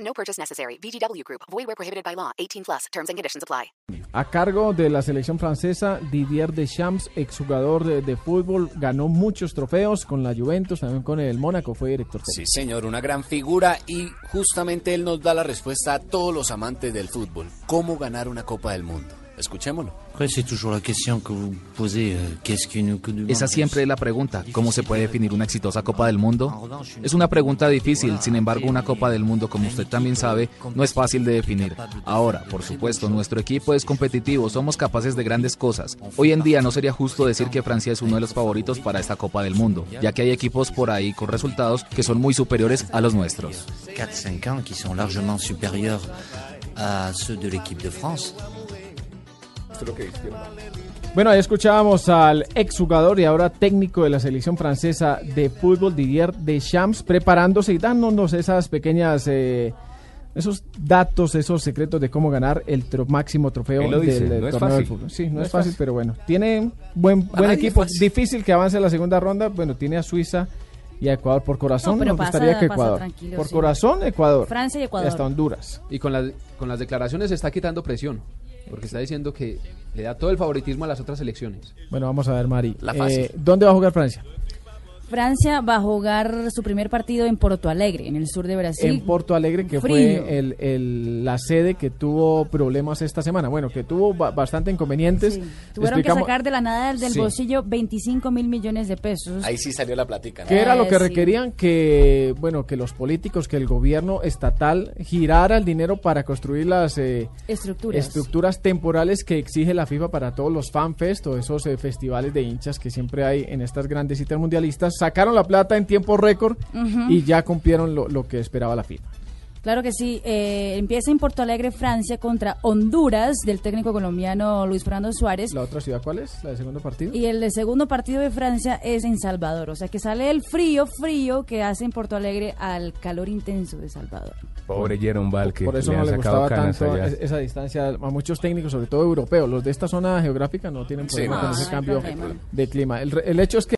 No purchase necessary. VGW Group. Void where prohibited by law. 18 plus. Terms and conditions apply. A cargo de la selección francesa, Didier Deschamps, exjugador de, de fútbol, ganó muchos trofeos con la Juventus, también con el Mónaco, fue director. Sí, señor, una gran figura y justamente él nos da la respuesta a todos los amantes del fútbol. ¿Cómo ganar una Copa del Mundo? Escuchémoslo. euh, Esa siempre es la pregunta, ¿cómo se puede definir una exitosa Copa del Mundo? Es una pregunta difícil, sin embargo una Copa del Mundo, como usted también sabe, no es fácil de definir. Ahora, por supuesto, nuestro equipo es competitivo, somos capaces de grandes cosas. Hoy en día no sería justo decir que Francia es uno de los favoritos para esta Copa del Mundo, ya que hay equipos por ahí con resultados que son muy superiores a los nuestros. 4-5 ans qui sont largement supérieurs à ceux de l'équipe de France. Bueno, ahí escuchábamos al exjugador y ahora técnico de la selección francesa de fútbol, Didier Deschamps, preparándose y dándonos esas pequeñas... eh, esos datos, esos secretos de cómo ganar el tro- máximo trofeo Él lo dice, del, del no es torneo del fácil. fútbol. Sí, no, No es, es fácil, fácil. pero bueno, tiene buen, buen nadie es equipo. fácil. Difícil que avance a la segunda ronda. Bueno, tiene a Suiza y a Ecuador por corazón. No, pero nos pasa- gustaría que pasa Ecuador. tranquilo, por sí. corazón, Ecuador. Francia Y y hasta Ecuador. Honduras. Y con las, con las declaraciones está quitando presión, porque está diciendo que le da todo el favoritismo a las otras elecciones. Bueno, vamos a ver, Mari. La fácil. Eh, ¿Dónde va a jugar Francia? Francia va a jugar su primer partido en Porto Alegre, en el sur de Brasil. en Porto Alegre, que Frío. fue el, el- la sede que tuvo problemas esta semana. Bueno, que tuvo ba- bastante inconvenientes. Sí. Tuvieron que Explicamos- sacar de la nada del Sí. bolsillo 25 mil millones de pesos. Ahí sí salió la platica. ¿no? ¿Qué era lo que Eh, sí. requerían? Que, bueno, que los políticos, que el gobierno estatal girara el dinero para construir las eh, Estructuras. estructuras temporales que exige la FIFA para todos los fanfest o esos eh, festivales de hinchas que siempre hay en estas grandes citas mundialistas. Sacaron la plata en tiempo récord y ya cumplieron lo, lo que esperaba la FIFA. Claro que sí. eh, empieza en Porto Alegre, Francia, contra Honduras, del técnico colombiano Luis Fernando Suárez. ¿La otra ciudad cuál es? ¿La del segundo partido? Y el segundo partido de Francia es en Salvador. O sea que sale el frío, frío que hace en Porto Alegre al calor intenso de Salvador. Pobre Jerome Val, que Por eso le no han le sacado gustaba canas tanto allá. es- esa distancia a muchos técnicos, sobre todo europeos. Los de esta zona geográfica no tienen Sí, problema no, con no ese hay cambio problema. de clima. El, re- el hecho es que